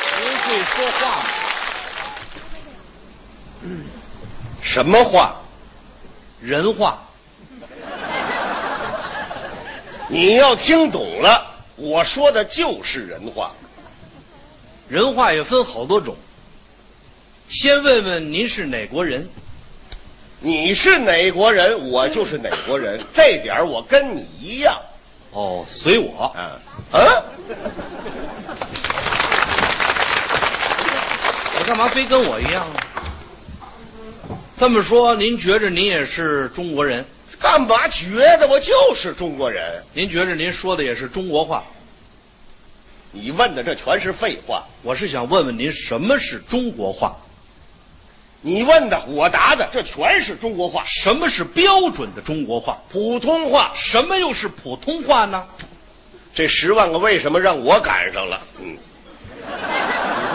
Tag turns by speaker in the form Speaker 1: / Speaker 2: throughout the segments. Speaker 1: 会说话吗？
Speaker 2: 什么话？
Speaker 1: 人话，
Speaker 2: 你要听懂了，我说的就是人话。
Speaker 1: 人话也分好多种。先问问您是哪国人？
Speaker 2: 你是哪国人，我就是哪国人，这点儿我跟你一样。
Speaker 1: 哦，随我。
Speaker 2: 啊，嗯，
Speaker 1: 我干嘛非跟我一样呢？这么说，您觉着您也是中国人？
Speaker 2: 干嘛觉得我就是中国人？
Speaker 1: 您觉着您说的也是中国话？
Speaker 2: 你问的这全是废话。
Speaker 1: 我是想问问您，什么是中国话？
Speaker 2: 你问的，我答的，这全是中国话，
Speaker 1: 什么是标准的中国话？
Speaker 2: 普通话。
Speaker 1: 什么又是普通话呢？
Speaker 2: 这十万个为什么让我赶上了？嗯，普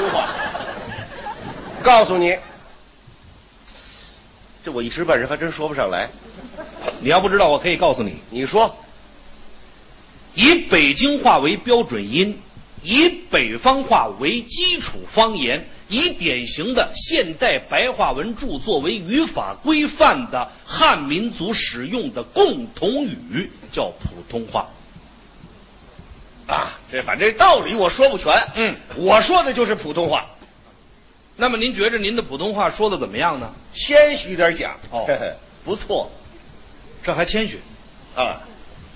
Speaker 2: 通话。告诉你，这我一时半时还真说不上来。
Speaker 1: 你要不知道，我可以告诉你，
Speaker 2: 你说，
Speaker 1: 以北京话为标准音，以北方话为基础方言，以典型的现代白话文著作为语法规范的汉民族使用的共同语，叫普通话。
Speaker 2: 啊，这反正道理我说不全。
Speaker 1: 嗯，
Speaker 2: 我说的就是普通话，
Speaker 1: 那么您觉着您的普通话说的怎么样呢？
Speaker 2: 谦虚点讲。
Speaker 1: 哦
Speaker 2: 不错
Speaker 1: 这还谦虚，
Speaker 2: 啊，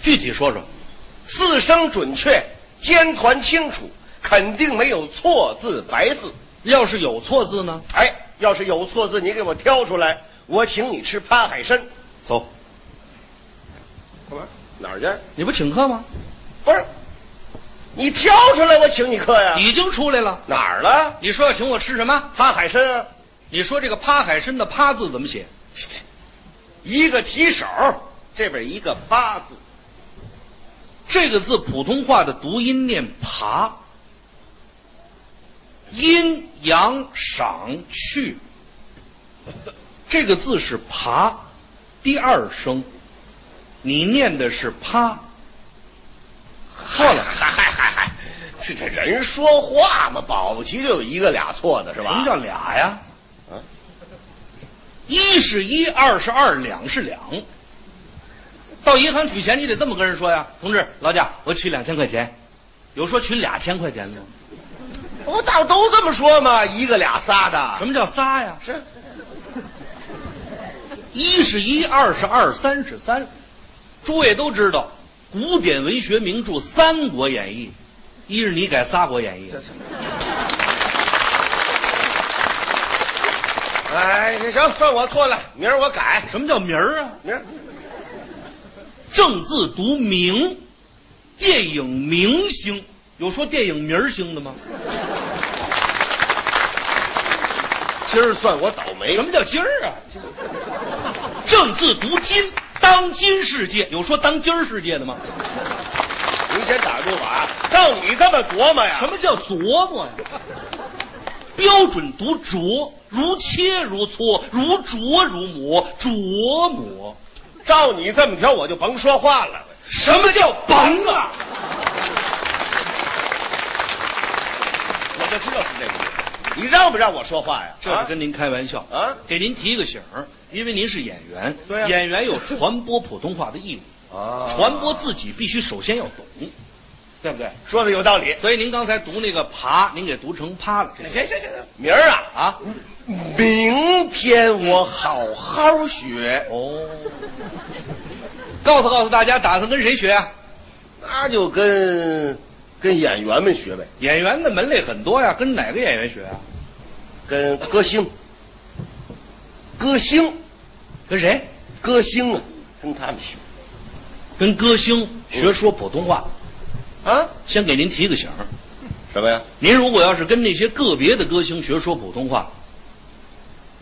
Speaker 1: 具体说说。
Speaker 2: 四声准确，尖团清楚，肯定没有错字白字。
Speaker 1: 要是有错字呢？
Speaker 2: 哎，要是有错字，你给我挑出来，我请你吃趴海参。
Speaker 1: 走，
Speaker 2: 干嘛？哪儿去？
Speaker 1: 你不请客吗？
Speaker 2: 不是，你挑出来，我请你客呀。
Speaker 1: 已经出来了。
Speaker 2: 哪儿了？
Speaker 1: 你说要请我吃什么？
Speaker 2: 趴海参啊，
Speaker 1: 你说这个“趴海参”的“趴”字怎么写？
Speaker 2: 一个提手，这边一个趴字。
Speaker 1: 这个字普通话的读音念“爬”，阴阳赏去，这个字是“爬”，第二声，你念的是“趴
Speaker 2: 错了，嗨嗨嗨嗨，这这人说话嘛，保不齐就有一个俩错的是”，
Speaker 1: 什么
Speaker 2: 吧？啊
Speaker 1: 叫俩呀？一是一，二是二，两是两。到银行取钱，你得这么跟人说呀，同志，劳驾，我取两千块钱。有说取俩千块钱的吗？
Speaker 2: 不大伙都这么说嘛，一个俩仨的。
Speaker 1: 什么叫仨呀？
Speaker 2: 是
Speaker 1: 一是一，二是二，三是三。诸位都知道，古典文学名著《三国演义》，一是你改《三国演义》，
Speaker 2: 哎，行行，算我错了，明儿我改。
Speaker 1: 什么叫名儿啊？
Speaker 2: 明儿
Speaker 1: 正字读明，电影明星有说电影明儿星的吗？
Speaker 2: 今儿算我倒霉
Speaker 1: 什。么叫今儿啊？正字读今，当今世界有说当今儿世界的吗？
Speaker 2: 您先打住吧啊！照你这么琢磨呀，
Speaker 1: 什么叫琢磨呀？标准读琢，如切如磋，如琢如磨，琢磨。
Speaker 2: 照你这么挑，我就甭说话了。
Speaker 1: 什么叫甭啊？
Speaker 2: 我就知道是这个。你让不让我说话呀？
Speaker 1: 这是跟您开玩笑
Speaker 2: 啊
Speaker 1: 给您提个醒儿，因为您是演员，
Speaker 2: 对呀
Speaker 1: 演员有传播普通话的义务，
Speaker 2: 啊，
Speaker 1: 传播自己必须首先要懂，对不对？
Speaker 2: 说的有道理。
Speaker 1: 所以您刚才读那个爬，您给读成趴了，这
Speaker 2: 行行行，明儿啊，
Speaker 1: 啊？
Speaker 2: 明天我好好学，
Speaker 1: 哦，告诉告诉大家，打算跟谁学啊？
Speaker 2: 那就跟跟演员们学呗，
Speaker 1: 演员的门类很多呀，跟哪个演员学啊？
Speaker 2: 跟歌星，歌星，
Speaker 1: 跟谁？
Speaker 2: 歌星啊，跟他们学
Speaker 1: 跟歌星学说普通话。
Speaker 2: 啊？
Speaker 1: 先给您提个醒儿，
Speaker 2: 什么呀？
Speaker 1: 您如果要是跟那些个别的歌星学说普通话，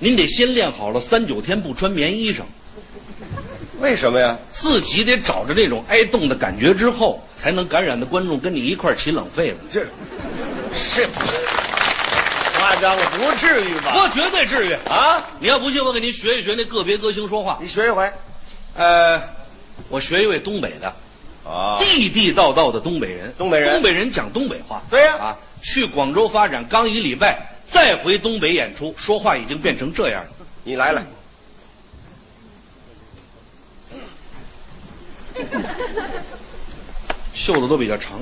Speaker 1: 您得先练好了三九天不穿棉衣裳，
Speaker 2: 为什么呀？
Speaker 1: 自己得找着那种挨冻的感觉之后，才能感染的观众跟你一块儿起冷痱子。
Speaker 2: 这是夸张了，不至于吧？
Speaker 1: 我绝对至于！
Speaker 2: 啊，
Speaker 1: 你要不信，我给您学一学那个别歌星说话。
Speaker 2: 你学一回
Speaker 1: 呃，我学一位东北的，
Speaker 2: 啊
Speaker 1: 地地道道的东北人。
Speaker 2: 东北人
Speaker 1: 东北人讲东北话。
Speaker 2: 对呀
Speaker 1: 啊，去广州发展刚一礼拜，再回东北演出，说话已经变成这样了。
Speaker 2: 你来 来，
Speaker 1: 袖子都比较长。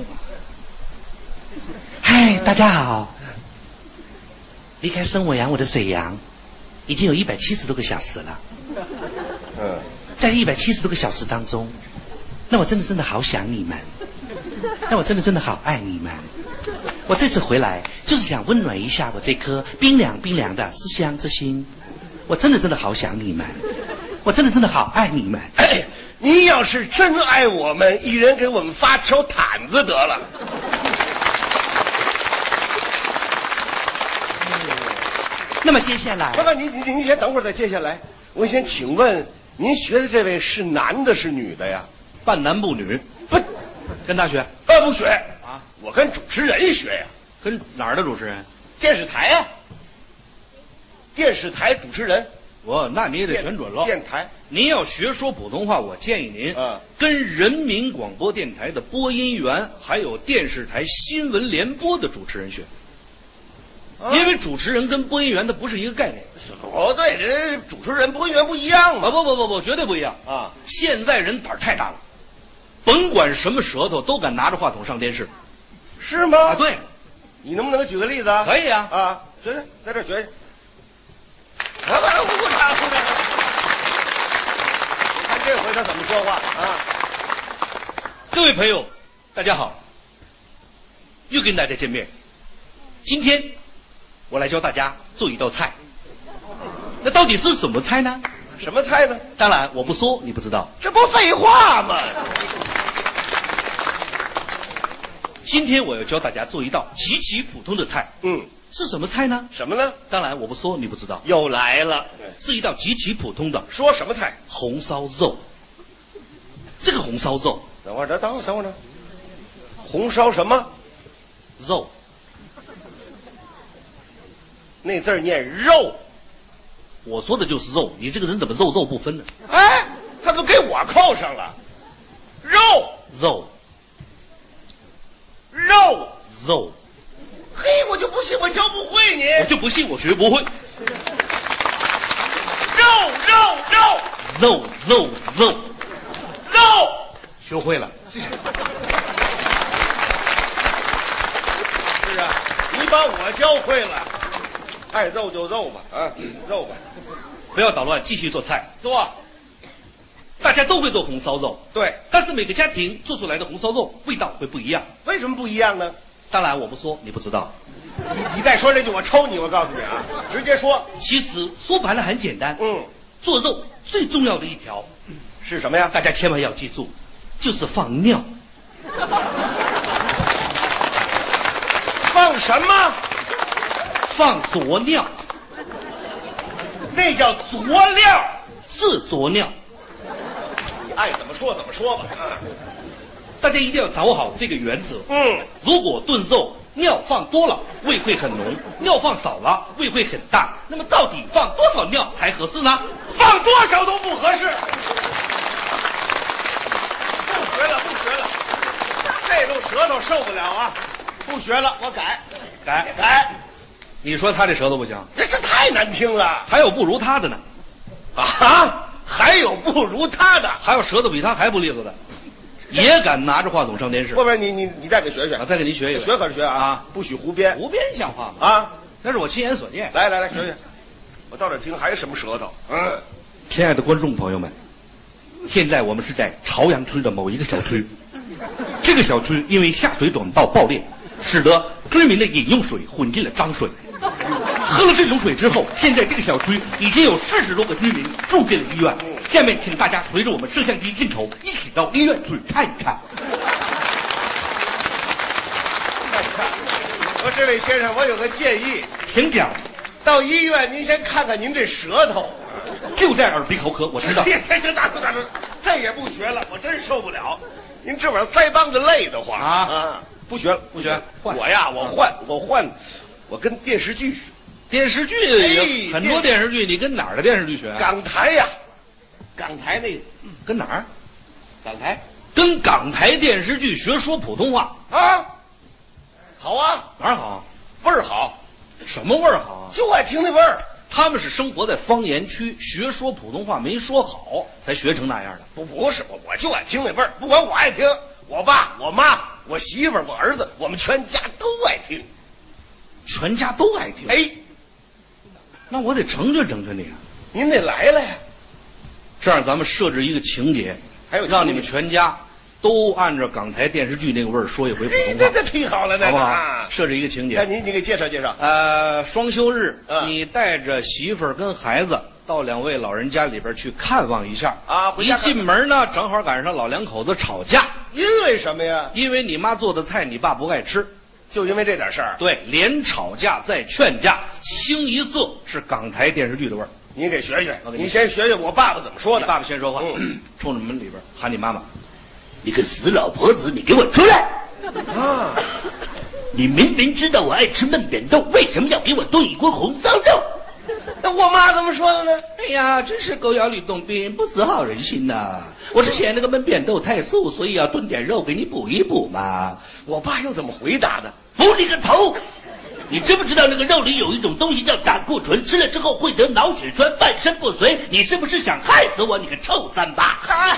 Speaker 1: 嗨，大家好！离开生我养我的沈阳，已经有一百七十多个小时了。
Speaker 2: 嗯，
Speaker 1: 在一百七十多个小时当中，那我真的真的好想你们，那我真的真的好爱你们。我这次回来就是想温暖一下我这颗冰凉冰凉的思乡之心。我真的真的好想你们，我真的真的好爱你们。
Speaker 2: 哎，您要是真爱我们，一人给我们发条毯子得了。
Speaker 1: 那么接下来
Speaker 2: 不，不，您您您先等会儿再接下来，我先请问您学的这位是男的，是女的呀？
Speaker 1: 半男不女，
Speaker 2: 不，
Speaker 1: 跟大学
Speaker 2: 呃，不学
Speaker 1: 啊，
Speaker 2: 我跟主持人学呀，
Speaker 1: 跟哪儿的主持人？
Speaker 2: 电视台呀，电视台主持人，
Speaker 1: 我那你也得
Speaker 2: 电
Speaker 1: 选准喽。
Speaker 2: 电台
Speaker 1: 您要学说普通话，我建议您，
Speaker 2: 嗯
Speaker 1: 跟人民广播电台的播音员，还有电视台新闻联播的主持人学，
Speaker 2: 啊
Speaker 1: 因为主持人跟播音员他不是一个概念。
Speaker 2: 哦，对，这主持人播音员不一样
Speaker 1: 啊
Speaker 2: 嘛。
Speaker 1: 不不不不，绝对不一样！
Speaker 2: 啊，
Speaker 1: 现在人胆儿太大了，甭管什么舌头，都敢拿着话筒上电视
Speaker 2: 是吗？
Speaker 1: 啊！，对，
Speaker 2: 你能不能举个例子啊？
Speaker 1: 可以啊，
Speaker 2: 啊，学学，在这儿学学。啊啊鼓掌鼓掌！我看这回他怎么说话啊？
Speaker 1: 各位朋友，大家好，又跟大家见面。今天我来教大家做一道菜，那到底是什么菜呢？
Speaker 2: 什么菜呢？
Speaker 1: 当然我不说你不知道。
Speaker 2: 这不废话吗？
Speaker 1: 今天我要教大家做一道极其普通的菜，
Speaker 2: 嗯，
Speaker 1: 是什么菜呢？
Speaker 2: 什么呢？
Speaker 1: 当然我不说你不知道，
Speaker 2: 又来了，
Speaker 1: 是一道极其普通的
Speaker 2: 说什么菜？
Speaker 1: 红烧肉。这个红烧肉，
Speaker 2: 等会儿，等等会儿，等会儿呢。红烧什么？
Speaker 1: 肉
Speaker 2: 那字儿念肉。
Speaker 1: 我说的就是肉，你这个人怎么肉肉不分呢？
Speaker 2: 哎，他都给我扣上了，肉
Speaker 1: 肉
Speaker 2: 肉。
Speaker 1: 肉，
Speaker 2: 嘿，我就不信我教不会你。
Speaker 1: 我就不信我学不会。
Speaker 2: 肉肉肉
Speaker 1: 肉肉肉，
Speaker 2: 肉。
Speaker 1: 学会了。
Speaker 2: 是啊，你把我教会了，爱揍就揍吧， 啊，揍吧，
Speaker 1: 不要捣乱，继续做菜。
Speaker 2: 做
Speaker 1: 大家都会做红烧肉，
Speaker 2: 对，
Speaker 1: 但是每个家庭做出来的红烧肉味道会不一样。
Speaker 2: 为什么不一样呢？
Speaker 1: 当然我不说你不知道。
Speaker 2: 你你再说这句，我抽你！我告诉你啊，直接说，
Speaker 1: 其实说白了很简单，
Speaker 2: 嗯，
Speaker 1: 做肉最重要的一条，
Speaker 2: 是什么呀？
Speaker 1: 大家千万要记住，就是放尿。
Speaker 2: 放什么？
Speaker 1: 放佐料
Speaker 2: 那叫佐料。
Speaker 1: 是佐料，
Speaker 2: 你爱怎么说怎么说吧。啊
Speaker 1: 大家一定要找好这个原则。
Speaker 2: 嗯，
Speaker 1: 如果炖肉尿放多了，味会很浓；尿放少了，味会很大。那么到底放多少尿才合适呢？
Speaker 2: 放多少都不合适。不学了，不学了，这种舌头受不了啊！不学了，我改
Speaker 1: 改，
Speaker 2: 改，
Speaker 1: 哎你说他这舌头不行，
Speaker 2: 哎这这太难听了。
Speaker 1: 还有不如他的呢，
Speaker 2: 啊，还有不如他的。
Speaker 1: 还有舌头比他还不利索的，也敢拿着话筒上电视。
Speaker 2: 不不，你你你再给学学
Speaker 1: 我，再给您学一个，
Speaker 2: 学可是学啊，
Speaker 1: 啊
Speaker 2: 不许胡编
Speaker 1: 无边像话吗？
Speaker 2: 啊！
Speaker 1: 那是我亲眼所见。
Speaker 2: 来来来，学学，我到这儿听还有什么舌头？嗯，
Speaker 1: 亲爱的观众朋友们，现在我们是在朝阳区的某一个小区，这个小区因为下水管道爆裂，使得居民的饮用水混进了脏水。喝了这种水之后，现在这个小区已经有四十多个居民住进了医院。下面请大家随着我们摄像机镜头一起到医院去看一看。
Speaker 2: 我这位先生，我有个建议，
Speaker 1: 请讲，
Speaker 2: 到医院您先看看您这舌头。
Speaker 1: 就在耳鼻喉科，我知 道。
Speaker 2: 别行行，大叔大叔，这也不学了，我真受不了。您这玩意儿腮帮子累得慌
Speaker 1: 啊
Speaker 2: 不学了，不
Speaker 1: 学了换
Speaker 2: 我呀，我换，啊我换，我跟电视剧学，
Speaker 1: 哎电视剧
Speaker 2: 也
Speaker 1: 很
Speaker 2: 很
Speaker 1: 多
Speaker 2: 多
Speaker 1: 电视剧，你跟哪儿的电视剧学？啊
Speaker 2: 港台呀，啊港台那个
Speaker 1: 跟哪儿？
Speaker 2: 港台
Speaker 1: 跟港台电视剧学说普通话。
Speaker 2: 啊，好啊，
Speaker 1: 哪儿好？
Speaker 2: 味儿好，
Speaker 1: 什么味儿好啊？
Speaker 2: 就爱听那味儿。
Speaker 1: 他们是生活在方言区，学说普通话没说好，才学成那样的。
Speaker 2: 不不是我，我就爱听那味儿，不管我爱听，我爸、我妈、我媳妇儿、我儿子，我们全家都爱听。
Speaker 1: 全家都爱听，
Speaker 2: 哎，
Speaker 1: 那我得成全成全你啊！
Speaker 2: 您得来了呀！
Speaker 1: 这样咱们设置一个情节，
Speaker 2: 还有
Speaker 1: 让你们
Speaker 2: 去，
Speaker 1: 全家都按照港台电视剧那个味儿说一回普
Speaker 2: 哎，
Speaker 1: 通
Speaker 2: 这
Speaker 1: 话，
Speaker 2: 这忒好了，那
Speaker 1: 好
Speaker 2: 个
Speaker 1: 不
Speaker 2: 啊
Speaker 1: 好？设置一个情节
Speaker 2: 那，您您给介绍介绍。
Speaker 1: 呃，双休日，
Speaker 2: 嗯
Speaker 1: 你带着媳妇儿跟孩子到两位老人家里边去看望一下
Speaker 2: 啊回
Speaker 1: 一
Speaker 2: 家看
Speaker 1: 进门呢，正好赶上老两口子吵架，
Speaker 2: 因为什么呀？
Speaker 1: 因为你妈做的菜你爸不爱吃，
Speaker 2: 就因为这点事儿，
Speaker 1: 对，连吵架再劝架，清一色是港台电视剧的味儿。
Speaker 2: 您给学学
Speaker 1: 我。给你
Speaker 2: 您先学学我爸爸怎么说
Speaker 1: 你
Speaker 2: 的。
Speaker 1: 爸爸先说话， 冲着门里边喊你妈妈，
Speaker 3: 嗯你个死老婆子，你给我出来！啊！你明明知道我爱吃焖扁豆，为什么要给我炖一锅红烧肉？
Speaker 2: 那我妈怎么说的呢？
Speaker 1: 哎呀，真是狗咬吕洞宾，不识好人心呐、我是嫌那个焖扁豆太素，所以要炖点肉给你补一补嘛。
Speaker 2: 我爸又怎么回答的？
Speaker 3: 补你个头！你知不知道那个肉里有一种东西叫胆固醇，吃了之后会得脑血栓，半身不遂？你是不是想害死我？你个臭三八！
Speaker 2: 嗨，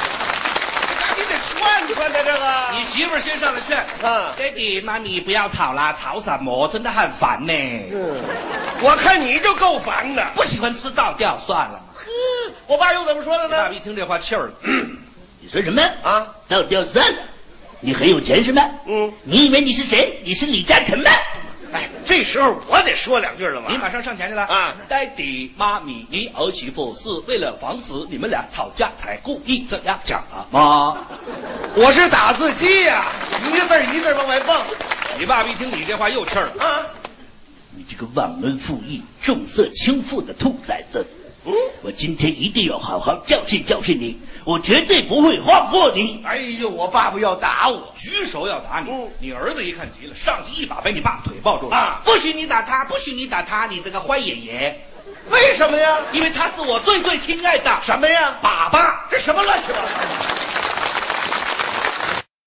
Speaker 2: 那你得串串的这个。
Speaker 1: 你媳妇儿先上来劝，
Speaker 2: 啊
Speaker 1: 爹地妈咪不要吵啦，吵什么？真的很烦呢。
Speaker 2: 我看你就够烦的。
Speaker 1: 不喜欢吃倒掉算了。
Speaker 2: 呵，我爸又怎么说的
Speaker 1: 爸
Speaker 2: 呢
Speaker 1: 爸？一听这话 气儿了，
Speaker 3: 你说什么
Speaker 2: 啊？
Speaker 3: 倒掉算了，你很有钱是吗？
Speaker 2: 嗯，
Speaker 3: 你以为你是谁？你是李嘉诚吗？
Speaker 2: 哎，这时候我得说两句了吧？
Speaker 1: 你马上上前去了
Speaker 2: 啊
Speaker 1: 爹地妈咪，你儿媳妇是为了防止你们俩吵架才故意这样讲啊的吗？
Speaker 2: 我是打字机呀、一个字儿一个字儿往外蹦
Speaker 1: 你爸爸一听你这话又气儿了。
Speaker 2: 啊！
Speaker 3: 你这个忘恩负义、重色轻父的兔崽子！
Speaker 2: 嗯
Speaker 3: 我今天一定要好好教训教训你，我绝对不会放过你。
Speaker 2: 哎呦，我爸爸要打我，
Speaker 1: 举手要打你
Speaker 2: 嗯，
Speaker 1: 你儿子一看急了，上去一把把你爸腿抱住了
Speaker 2: 啊！
Speaker 1: 不许你打他，不许你打他，你这个坏爷爷，
Speaker 2: 为什么呀？
Speaker 1: 因为他是我最最亲爱的
Speaker 2: 什么呀？
Speaker 1: 爸爸。
Speaker 2: 这什么乱七八糟的？